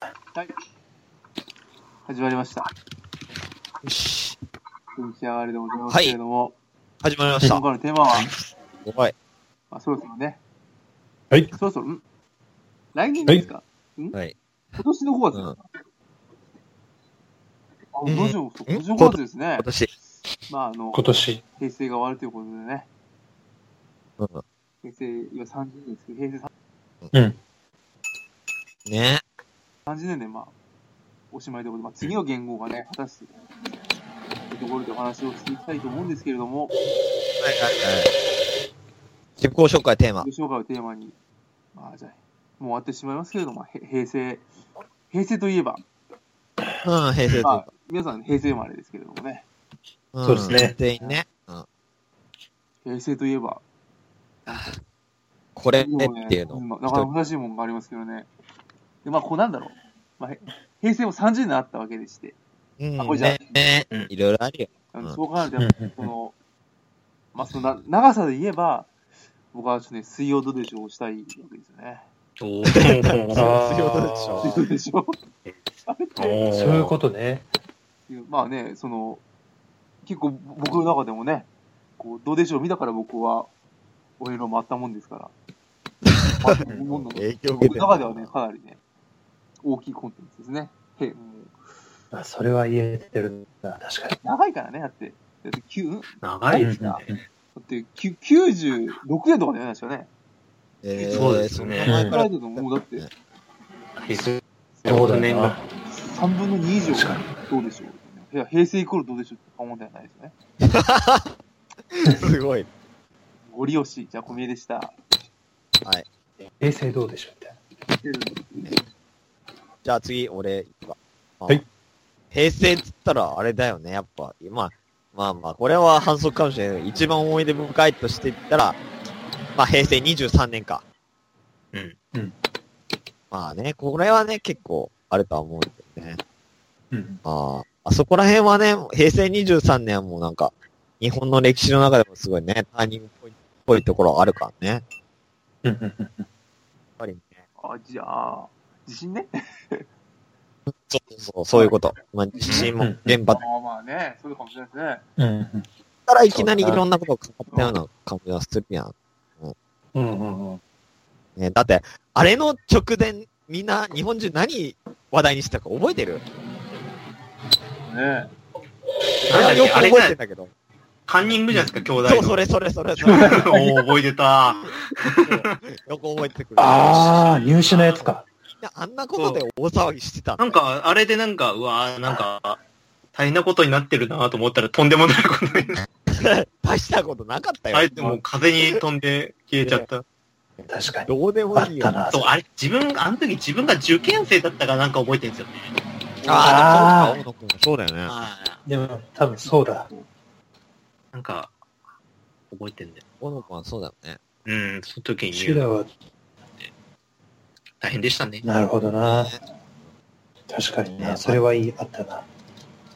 はい。始まりました。よし。打ち上がりでございますけれども、始まりまし今た。回のテーマは、やばい。まあ、そろそろね。はい。そろそろ、ん来年ですか、はい。今年の5月でうすかあ、ん、今年も、今年のうん5月ですね。私、まあ、あの、今 年。平成が終わるということでね。うん平成、今30年ですけど、平成うん。ね。 30年で、まあ、おしまいということで、まあ、次の言語がね、果たして、というところでお話をしていきたいと思うんですけれども、はいはいはい。自己紹介テーマ。自己紹介をテーマに、まあ、じゃあ、もう終わってしまいますけれども、へ平成、平成といえば、うん、平成というまかあ。、皆さん平成生まれですけれどもね、んそうですね全員ね。うん。平成といえば、これっていうの。んなかなか難しいものがありますけどね。で、まあ、こうなんだろう。まあ、へ平成も30年あったわけでして、うんあこれじゃね。ねうんいろいろあるよ。あのうんそう考えると、うんやっぱりその、 まあ、そのな長さで言えば、僕はちょっとね、水曜どうでしょうをしたいわけですよね。おあ水曜どうでしょうーそういうことね。っていうまあね、その、結構僕の中でもね、こう、どうでしょう見たから僕は、お色もあったもんですから。 あったもんなので影響僕の受けてる中ではね、かなりね、大きいコンテンツですね。へもうあそれは言えてるんだ。確かに。長いからね、だって。だって、きゅうんだ長いですね。ってきゅ96年とかじゃないですよね。えーそうですねその前プかラらイドのもうだって、そうだ年よなが。 3分の2以上確かに。どうでしょういや、平成イコールどうでしょうって思うんではないですよね。すごい。ご利用し、じゃあ、小宮でした。平成どうでしょうみたいじゃあ次、俺、行くわまあはい。平成っつったら、あれだよね、やっぱ。まあ、まあまあ、これは反則かもしれないけど。一番思い出深いとして言ったら、まあ平成23年か。うん。うん。まあね、これはね、結構あるとは思うんだけどね。な。うん。まあ、あそこら辺はね、平成23年はもうなんか、日本の歴史の中でもすごいね、ターニングポイントっぽいところあるからね。やっうんうんうんぱりね。あ、じゃあ、自信ね。そうそうそう、そういうこと。まあ、地震も原ま発あまあね、そうかもしれないですね。うんからいきなりいろんなことが変わったような感じがするやん。うんうんうんね、だって、あれの直前、みんな日本中何話題にしてたか覚えてるねあよく覚えてんだけど。カンニングじゃないですか、兄弟そう、その。れそれそれそれ。よくおお、 覚えてた。覚えてくる。ああ、入試のやつか。いやあんなことで大騒ぎしてたなんか、あれでなんか、うわーなんか、大変なことになってるなと思ったら、とんでもないことになっ大したことなかったて、よ。あれでもう風に飛んで消えちゃった。確かに。どうでもあっいいよ。たな。そう、あれ、自分、あの時自分が受験生だったからなんか覚えてるんですよね。あああ、そうか、大野くん。そうだよね。あでも、多分そうだ。ーなんか、覚えてんだよ。大野くんはそうだよね。うん、その時に修言う羅は、大変でしたね。なるほどな。確かにね。それはいい、あったな。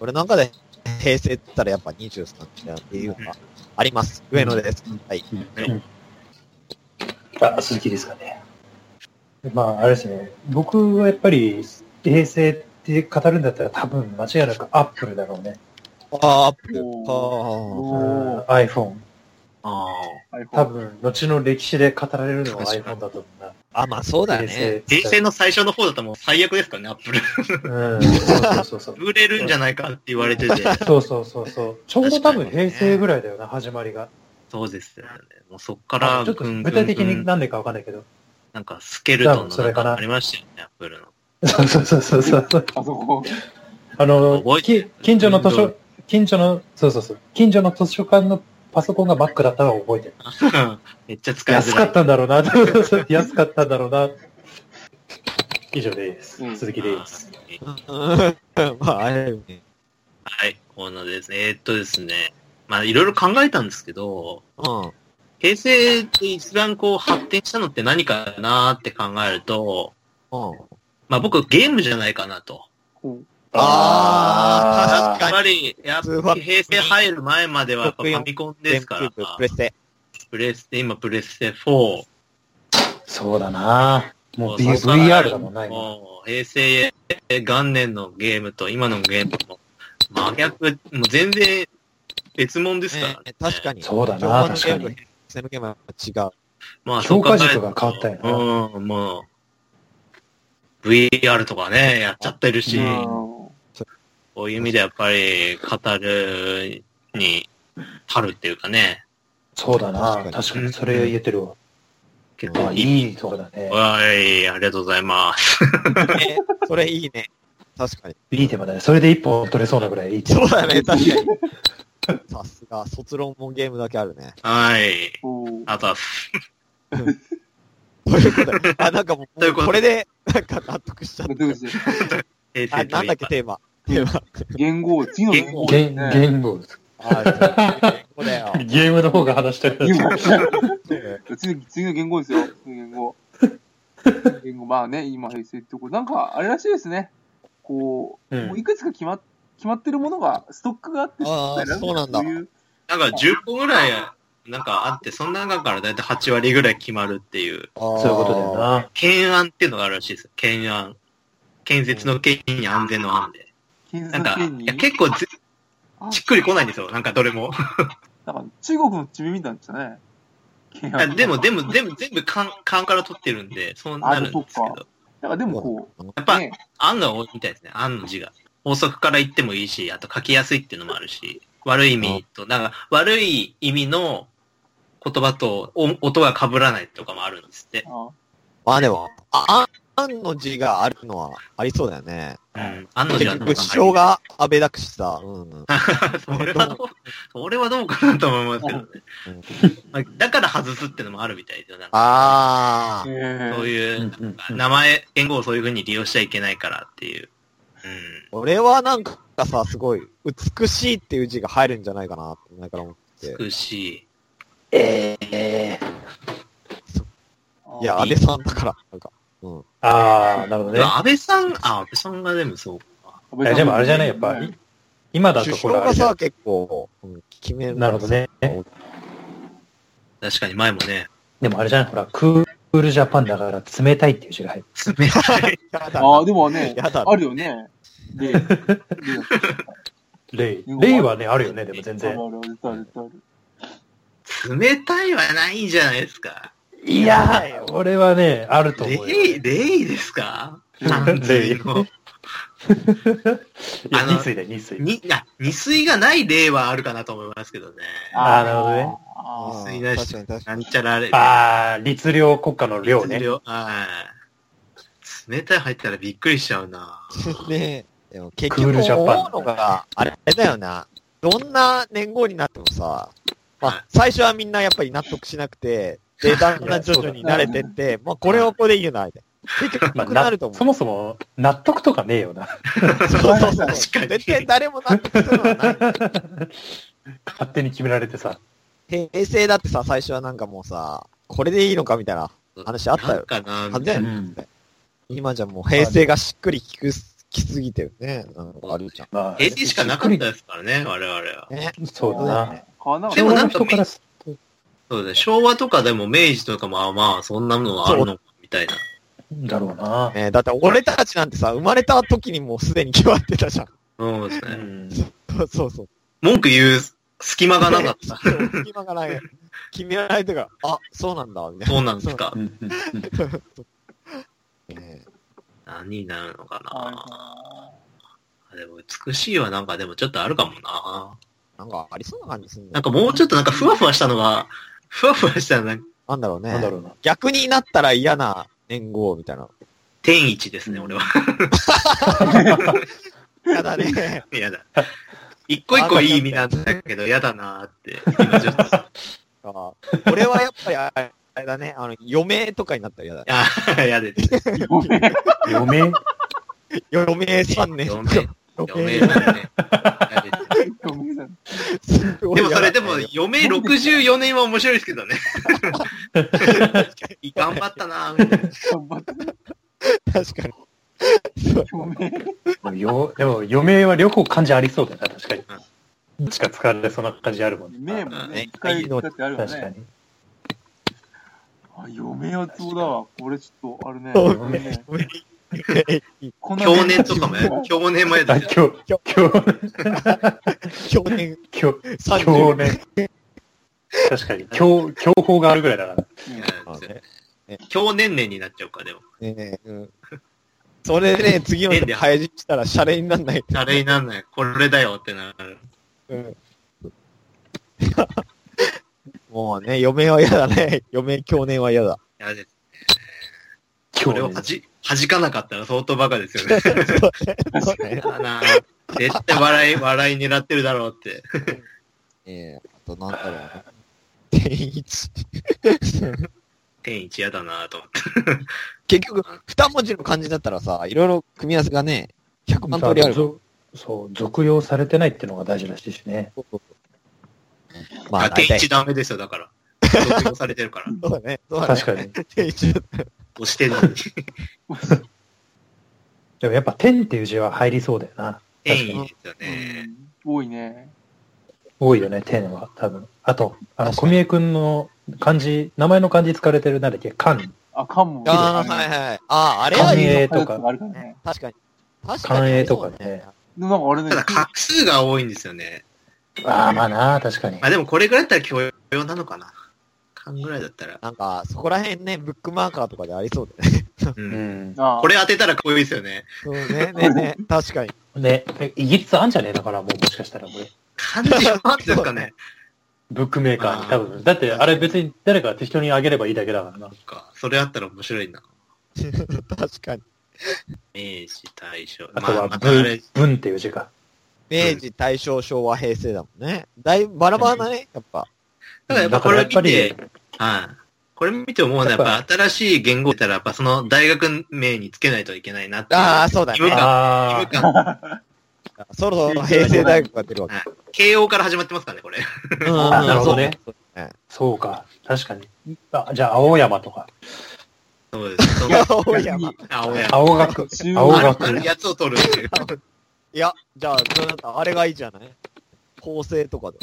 俺なんかで、平成って言ったらやっぱ23時だっていうのがあります。上野です。はい。あ、鈴木ですかね。まあ、あれですね。僕はやっぱり、平成って語るんだったら多分間違いなくアップルだろうね。あーアップル。おあうんお iPhone。ああ。ー、多 iPhone。分、後の歴史で語られるのは確かに iPhone だと思うな。ーあ、まあそうだよ平ね。成平成の最初の方だったらもう最悪ですからね、アップル。うん。そうそう そうそう。売れるんじゃないかって言われてて。そうそうそうそう。ちょうど多分確かにね平成ぐらいだよな、始まりが。そうですよね。もうそっかちょら、っとぐん具体的ぐにんぐんなんでかわかんないけど。なんかスケルトン多分それのかなありましたよね、アップルの。そうそうそうそうそう。あそこ。あの覚、えてるき近所の図う書、近所の、そうそうそう。近所の図書館のパソコンが Mac だったのは覚えてる。 めっちゃ使い安づからっい。たんだろうな。 安かったんだろうな。以上です。うん鈴木です。うん まあ、あれだよね。はい、こんなですね。えーっとですね。まあ、いろいろ考えたんですけど、うん。平成で一番こう発展したのって何かなーって考えると、うん。まあ僕ゲームじゃないかなと。あーやっぱり、やっぱり平成入る前まではやっぱファミコンですから電球、プレステ。プレステ、今プレステ4。そうだなもうそう B- そう VR だもんな、今。もう平成元年のゲームと今のゲームも、真逆、もう全然別物ですからね。ね確かに。そうだな上半のゲーム確かに平成のゲームは違う。まあ、評価軸そう考えがると変わったようん、もう、VR とかね、やっちゃってるし、うんこういう意味でやっぱり語るに、張るっていうかね、そうだな。確かに確かに、それ言えてるわ。結あ構いい。いいとこだね。はい、ありがとうございます。え、それいいね。確かに。いいテーマだね。それで一本取れそうなぐらいいいテーそマうだ ね、確かに。さすが、卒論もゲームだけあるね。はい。おーあとは、ということで、あ、なんかもう、ということでこれで、なんか納得しちゃっ どういうことですかえた。あ、なんだっけ、テーマ。テーマ。言語、次の言語でゲすね。ーゲーム、はい。ここだ よ。ゲームの方が話した くなっちゃう次の次の言語ですよ。次の言語。言語、まあね、今平成ってとこ。なんか、あれらしいですね。こう、うんもういくつか決まっ決まってるものが、ストックがあって、ああ、そうなんだそう。いう、なんか10個ぐらい、なんかあって、その中からだいたい8割ぐらい決まるっていう、そそういうことだよ。な。懸案っていうのがあるらしいです。懸案。建設の建に安全の案で。建な設んのか、件にいや、結構ずあしっくりこないんですよ。なんかどれも。なんか中国の地名みたいになっちゃね。いや でも、でも、でも、全部勘、勘から取ってるんで、そうなるんですけあそっど。なんかでもこう、やっぱ、ね、案が多いみたいですね。案の字が。法則から言ってもいいし、あと書きやすいっていうのもあるし、悪い意味と、なんか、悪い意味の言葉とお音が被らないとかもあるんですって。あまあでも、あ、あんの字があるのはありそうだよね。うん。案の結字は局、首 相。が安倍だくしさ、うんうん。それはどう、それはどうかなと思いますけどねうん。まあだから外すってのもあるみたいですよ。なんかあえそうえいう、うん名前、言語をそういう風に利用しちゃいけないからっていう。うあ、ん。俺はなんかさ、すごい、美しいっていう字が入るんじゃないかな、って前から思って。美しい。ええいや、安倍さんだから、なんか、うん。ああ、なるほどね。安倍さん、あ、安倍さんがでもそう。安倍えさんでもあれじゃないやっぱり。今だと首ほ相らあがれじゃさ、結構、うん、決めん、なるほど。ね。確かに前もね、でもあれじゃないほら、クールジャパンだから冷たいっていう字が入ってめっち ゃやだああ、でもね、やだあるよね。で、で、る。レイうん。レイはね、あるよね、でも全ある然。ある、絶対ある、絶対ある。冷たいはないんじゃないですか。いやー、俺はね、あると思うよ。レイ、レイですかうん三水レの。いやあの二水だよ、二水。に、あ、二水がない例はあるかなと思いますけどね。 あーなるほどねあうん水出し確かに確かなんちゃられ。ああ、律令国家の量ね。量はい冷たい入ったらびっくりしちゃうな。に。 ねえ、でも結ク局ールジャパン思うのが、あれだよな。どんな年号になってもさ、まあ、最初はみんなやっぱり納得しなくて、で、だんだん徐々に慣れてって、まあ、これをこれで言うな、みたいな。結まあ局、ななると思うそ。もそも納得とかねえよな。そうそう そう。確かに絶対誰も納得するのはない。勝手に決められてさ。平成だってさ、最初はなんかもうさ、これでいいのかみたいな話あったなんよ。かな、はずみだよたいねな今じゃもう平成がしっくりきくす、きすぎてるね。なんかあるじゃまあ、平成しかなかったですからね、我々は。ん。ね。そうだな。買わなかっでたもな昭和のんか人からすそうだね。昭和とかでも明治とかも、あまあ、そんなものがあるのか、みたいな。だろうな。ねだって俺たちなんてさ、生まれた時にもうすでに決まってたじゃん。 そうですうね。んそうそうそう。文句言う隙間がなかった。隙間がない。決められてから、あ、そうなんだ、みたいな。そうなんですかう。んうんうんね何になるのかあれかな。でも、美しいはなんかでもちょっとあるかもな。なんかありそうな感じするなんかもうちょっとなんかふわふわしたのが、ふわふわしたなんかなんだろうね。なんだろうな。逆になったら嫌な年号みたい な。天一です ね、俺は。嫌だね。やだ。一個一個いい意味なんだけど、やだなーって。今ちょっと。あ俺はやっぱりあれだね、あの、余命とかになったら嫌だね。あ ーやで。なごめん余命余命3年。余命余余命命だね。やでごめんなさいすごいで嫌もそだれねでも、余命64年は面白いですけどね。 頑張ったなーみたいな。頑張って確かに。ごめんよでも余命は両方漢字ありそうだよな、確かに。どっちか使われそうな感じあるもん目ね。もね、一回使ってあるよ確かね。に。あ、嫁やつだわ。これちょっと、あれね。そうごめんね余命こんな去年とかもや、去年もやったあ、けど今日、今日、去年今日、今30日ね。確かに、今日、強法があるぐらいだから。 なのね。去年年になっちゃうか、でも。ねえうんそれでね、次の日早死したらシャレになんない。あれになんない。これだよってなる。うん、 もうね、嫁は嫌だね。嫁去年は嫌だ。いやで今こ日れをねはじ、弾かなかったら相当バカですよね。そうねだな絶対笑い、笑い狙ってるだろうって。ええあとなんだろうな。天一。 天一嫌だなと思っ結局、二文字の漢字だったらさ、いろいろ組み合わせがね、100万通りある。ぞそう、俗用されてないっていうのが大事らしいしね。まあ、て。大天体。一ダメですよ、だから。卒業されてるから。そうだね。そうだね。確かに。天 一。押してるのに。でもやっぱ、天っていう字は入りそうだよな。天一ですよね。多いね。多いよね、天は、多分。あと、あの、確小宮君の漢字、名前の漢字使われてるなんだっけ、関、あ、カンも。ああ、はいはい。ああ、あれは関いい係英とかあるからねね。。確かに。確かに。関営とかねでもなんかあれねただ、、画数が多いんですよね。ああ、まあな、確かに。まあでもこれぐらいだったら許容なのかな。勘ぐらいだったら。なんか、そこら辺ね、ブックマーカーとかでありそうだよね。う。うんん。あこれ当てたらかっこいいですよね。そうね、 ね、ね。確かに。ね、えイギリスあんじゃねえだから、もうもしかしたらこれ。漢字はあるんですかね。ブックメーカーに多分。だって、あれ別に誰か適当にあげればいいだけだからな。そっか。それあったら面白いな。確かに。明治、大正。あとまは、あ、またあ文れ、、文っていう字か。明治、大正、昭和、平成だもんね。だいぶバラバラだね、やっぱ。だからやっぱこれを見て、はい。これ見て思うのは、やっやぱ新しい言語って言ったら、やっぱその大学名につけないといけないなって。ああ、そうだ義務ね。義あ務感。そろそろ平成大学が出るわけ。慶応から始まってますからね、これ。うんうんあなるほどね。そうそうか。確かに。あ、じゃあ、青山とか。そうです。そいやの、青山。青や。青学。中青央学あるやつを取るっていう。いや、じゃあ、それだったらあれがいいじゃない法制とかで。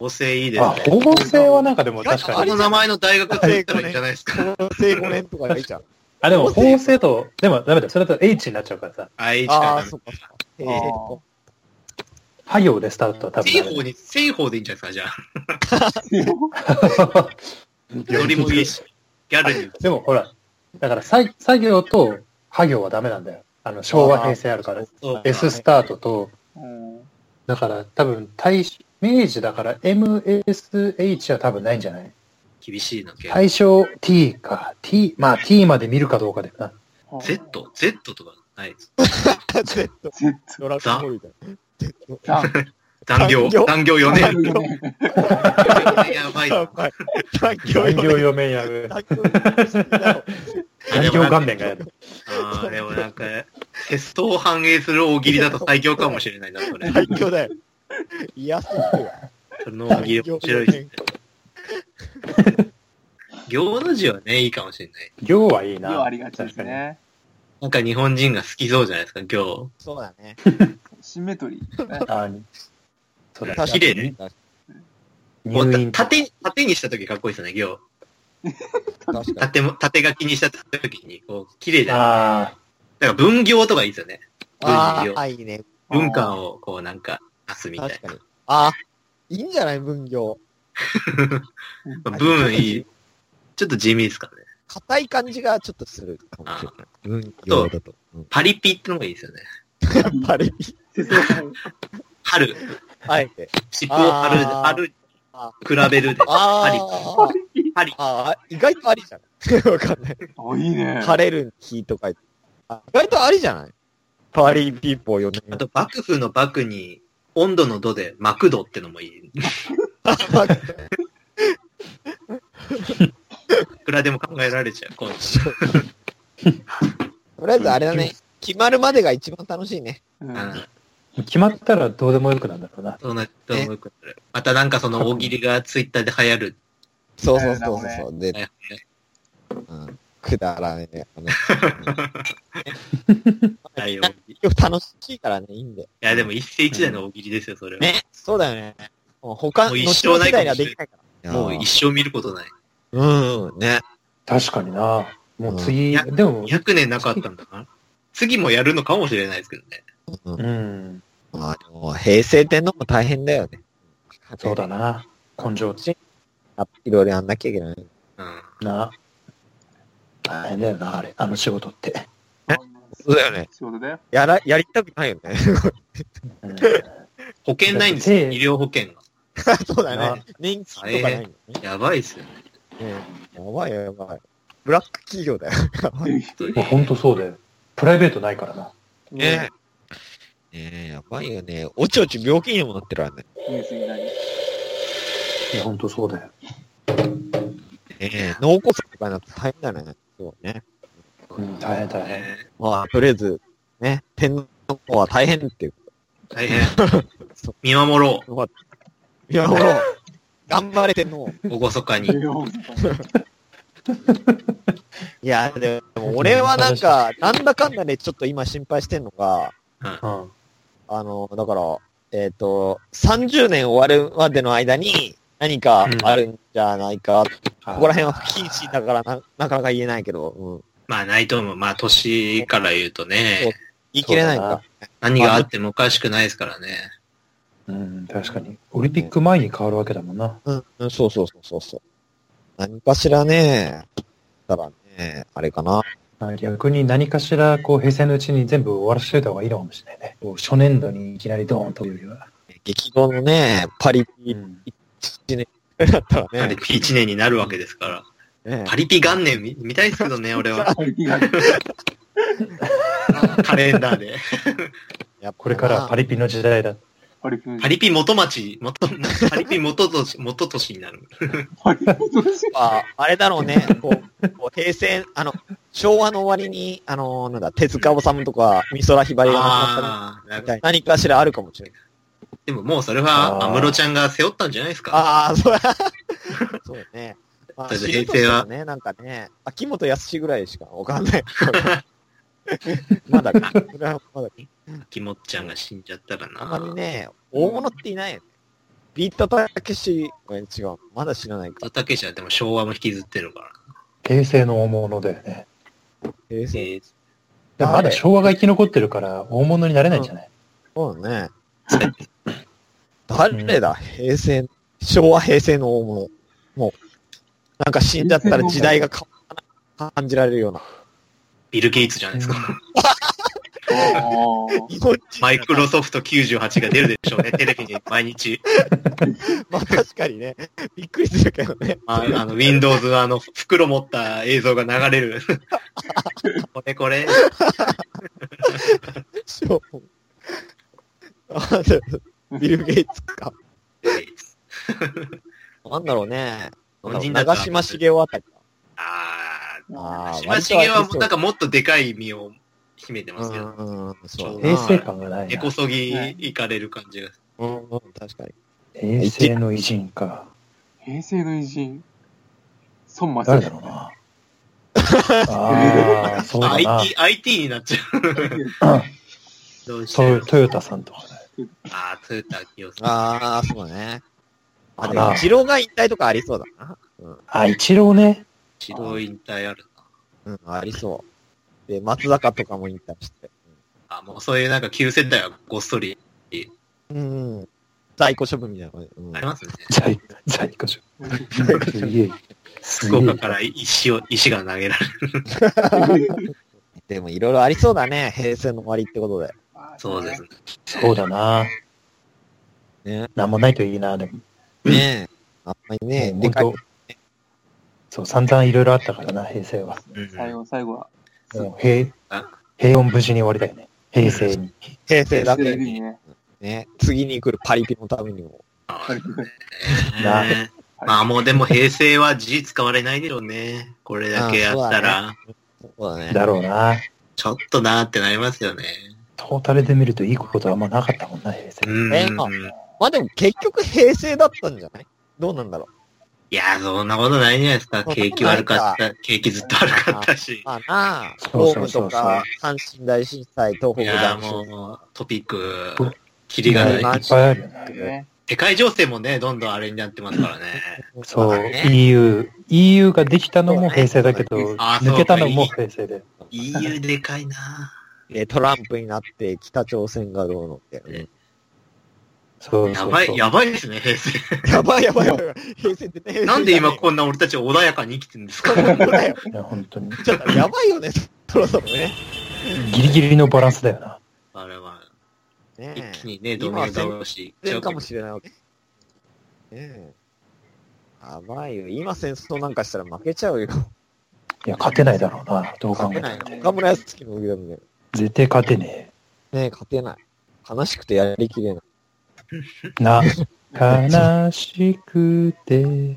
母性いいですあ、ね。方向性はなんかでも確こかにの。名前の大学って言ったらいいんじゃないですか。法制5年とかがいいじゃん。あ、でも方向性と、でもダメだよ。それだと H になっちゃうからさ。あ、いいじあゃあ、んそ。っかそっか。平成とは行でスタートは多分西ダメ方に、西方でいいんじゃないですか、じだ。ゃあ。ノリもいいし。ギャルに。でもほら、だからさい作業とは行はダメなんだよ。あの、昭和、平成あるから。そう S スタートと、 うんだから多分大正、明治だから MSH は多分ないんじゃない厳しいな、慶応。大正 T か。T、まあ T まで見るかどうかだよな。はあ Z、Z とかないです。か。Z、 Z ドラゴンボールみたいな。だ。残業残業、残業4あ年。るよねや ばいやな。ばい。残業残業余命やる。残業だあ残でも業な顔んか面がやる。ああ、でもなんか、テストを反映する大喜利だと最強かもしれないな、それ。残業だよ。嫌すぎるよ。その大喜利面白いですね。行の字はね、いいかもしれない。行はいいな。ようありがちですね。なんか日本人が好きそうじゃないですか、行。そうだね。シンメトリ確ー。かに。あそうだ確かに綺麗ね。こ入う院た縦に、縦にしたときかっこいいですね、行。確かに。縦も、縦書きにしたときに、こう、綺麗だ。あだから文行とかいいですよね。あ文行あ、いいね。文化を、こうなんか、出すみたい確かに。ああ、いいんじゃない文行。 な。文いい。ちょっと地味ですからね。硬い感じがちょっとするかもしれない。文行だと。うんパリピってのがいいですよね。やっぱり、春。あえて。尻尾を春、あー春、あ比べるで。パリああ、パリ。ああ、意外とありじゃない わかんない。あ、いいね。晴れる日とか。あ意外とありじゃないパリピーポー4あ 年。と、幕府の幕に、温度の度で、マクドってのもいい。いくらでも考えられちゃう、今週。とりあえずあれだね。決まるまでが一番楽しいね。うんうんあ。決まったらどうでもよくなるんだろうな。そんな、どうもよくなる。またなんかその大喜利がツイッターで流行る。そうそうそうそうそう。で、ねうん、くだらねえ。あの大 喜利。い結局楽しいからね、いいんで。や、でも一世一代の大喜利ですよ、それは。ね。そうだよね。もう他ものう一生ない世代かもしれないにはできないから。もう一生見ることない。うん、ね。確かにな。もう次、うんでも、 200年なかったんだな。次もやるのかもしれないですけどね。うんうん。まあでも、平成天皇も大変だよね。そうだな。根性ちあ。いろいろやんなきゃいけない。うん。な。大変だよな、あれ。あの仕事って。そうだよね。仕事で。やら、やりたくないよね。うん、保険ないんですだっよ。て医療保険が。 そうだよねな。年金とかないよね。やばいっすよね。うんやばいよやばい。ブラック企業だよ。本当にもうほんとそうだよ。プライベートないからな。ねえ。ねえ、やばいよね。おちおち病気にもなってるわね。ニュースになり。いや、ほんとそうだよ。ねえ、脳梗塞とかになって大変だね。そうね。うん、大変大変。ねまあ、とりあえず、ね、天皇は大変っていう 大変。見守ろのは、いや、ほら、頑張れ天皇。う。厳かに。いや、でも俺はなんか、なんだかんだね、ちょっと今心配してんのが、うん。あの、だから、えっ、と、30年終わるまでの間に何かあるんじゃないか。こここら辺は不謹慎だからな、なかなか言えないけど、うん。まあ、内藤も、まあ、年から言うとね、言い切れないか。何があってもおかしくないですからね。うん、確かに。オリンピック前に変わるわけだもんな。うん、うん、そうそうそうそうそう。何かしらね、だからね、あれかな。まあ逆に何かしら、こう、平成のうちに全部終わらせといた方がいいのかもしれないね。こう初年度にいきなりドーンというよりは。激動のね、パリうピん。 1年 だったパらリね、ピ1年になるわけですから。ねパリピ元年み見たいですけ どね、俺は。カレンダーで。これからパリリピの時代だ。パリピのパリピ元町、元、パリピ元年、元年になる。パリピの時代は、あれだろう ね、こう、こう平成、あの、昭和の終わりに、あの、なんだ、手塚治虫とか、美空ひばりが亡くなっああたみー、たいな、何かしらあるかもしれ ない。でももうそれは、あー安室ちゃんが背負ったんじゃないですか。ああ、そう そうだね。まあ、だって知ると平成はしたらね、なんかね、秋元康ぐらいしかわかんない。 まだか。それはまだかキモッちゃんが死んじゃったらあんまな。りね、大物っていないよね。ビートたけし、ごめん違う。まだ知らないか。たけしはでも昭和も引きずってるから。平成の大物だよね。平成。えーでもまだ昭和が生き残ってるから、大物になれないんじゃないそうだね。誰だ平成、昭和平成の大物。もう、なんか死んじゃったら時代が変わらない感じられるような。ビル・ゲイツじゃないですか。あ マイクロソフト98が出るでしょうね、テレビに毎日。まあ確かにね、びっくりするけどね。ああの、Windows のあの、袋持った映像が流れる。 これこれ。そう。あでビル・ゲイツか。なんだろうね。なんだろう長島茂雄あたりか。あああ、あ、島茂はもうなんかもっとでかい身を秘めてますけど、うん、そうだ平な。成感がない根なこ。そぎ行かれる感じが。うん、うん確かに。平成の偉人か。平成の偉人。孫正誰だろうな。あ あ、そうだな IT、IT になっちゃう。うん。 どうしてトもトヨタさんとかね。ああ、トヨタ清さん。ああ、そうだね。あ、でかも、な一郎が引退とかありそうだな。あ、一郎ね。指導引退あるな。うん、ありそう。で、松坂とかも引退して。あもうそういうなんか旧世代はごっそりうん。うん在庫処分みたいなのね。うんありますね。在、在 庫所。すげえ。す福げえ。岡から石を、石が投げられる。でも、いろいろありそうだね。平成の終わりってことで。そうですね。ね。そうだな。ね。なんもないといいな、でも。ねえ。あんまりね、もうでかい本。当そう、散々いろいろあったからな、平成は。うん最後、最後は。もう平あ、平穏無事に終わりだよね。平成に。平成だけ平成にね。ね。次に来るパリピのためにも。あパリピのなねまあもうでも平成は事実変われないでしょうね。これだけやったあら、そうだね。だろうな。ちょっとなーってなりますよね。トータルで見るといいことはあんまなかったもんな、平成う。んえ。まあでも結局平成だったんじゃないどうなんだろいや、そんなことないんじゃないですか。そんなこと景気悪かった。景気ずっと悪かったうし。まあなあ、そう東そう部そとうそうか、阪神大震災、東い北や、大震災。もうトピック、キリがいっない。まあぱいあるよ時ね。ね。世界情勢もね、どんどんあれになってますからね。そまあう、ね EU。EU ができたのも平成だけど、あそう抜けたのも平成で。 EU でかいなえートランプになって北朝鮮がどうのって。うんそうやそうばそうい、。やばいですね、平成。やばいやばいやばいやばい。平成ってね。 なんで今ここんな俺たち穏やかに生きてるんです かうだよ。いや本当に。ちょっとやばいよね、そろそろね。ギリギリのバランスだよな。あれは、ねえ一気にね、今ドはミノ倒し戦争かもしれないわけ。ねえ。やばいよ。今戦争なんかしたら負けちゃうよ。いや、勝てないだろうな。どう考勝てえなたいっな。て。岡村康月の上だもんね。絶対勝てねねえ、勝てない。悲しくてやりきれない。え。な、悲しくて、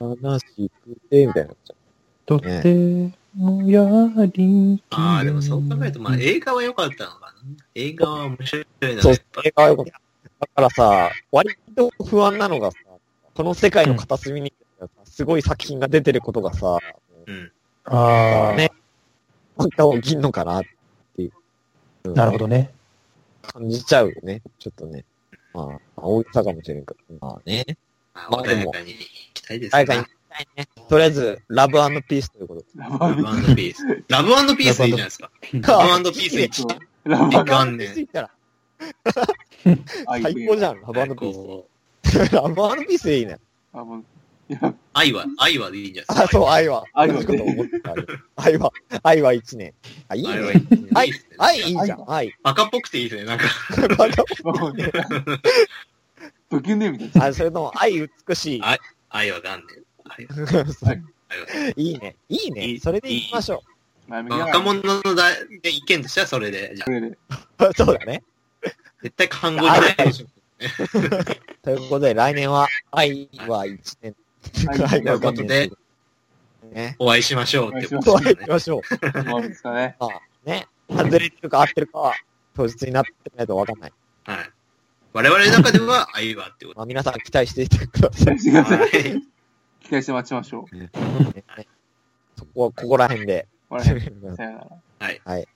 悲しくて、みたいになっちゃ。とてもやりきれああ、でもそう考えると、まあ映画は良かったのかな。映画は面白いうな。そうやっぱ、映画はよかっただからさ、割と不安なのがさ、この世界の片隅に、すごい作品が出てることがさ、うん。ああ、ね、なんか起きんのかなっていう、うんなるほどね。感じちゃうよね。ちょっとね。まあ、大げさかもしれんけど。まあね。まあまあで穏もやかに行きたいです誰かに。とりあえず、ラブピースということ。ララバーブピース。ラブピースいいじゃないですか。ラブピースいいいねい。そうラバいーいかんピねース行ったらアイ最高じゃん、ラブピーこうス。ラブピースでいいね。あ、もう、いや、愛は、愛はいいんじゃないであ、すか。そう、愛は。愛は同じこと思ってた。愛は、愛は1年。あ、いい愛ね。はいいですね。愛、愛いいじゃ愛ん、愛。 バカっぽくていいですね、なんか。バカもうね、ドキュンネームみたいな。あ、それとも、愛美しい。愛愛はガンで。愛は愛はい いね。いいいね。いそれで行きましょ前向きだな若者のだ意見としてはそれで。じゃあそれでう。そうだね。絶対看護じゃないでしょ。ということで、来年は、愛は1は年。い愛はというこ1と年。でね。お会いしましょうってこととです行ねき。ましょう。そうですかね。まあ、ね。外れてるか合ってるかは、当日になってないとわかんない。はい。我々の中では愛は ってこと。まあ、皆さん期待していてく ださい。期待はい。して待ちましょう。ねそこは、ここら辺で。我々さよならさよなら。はい。はい。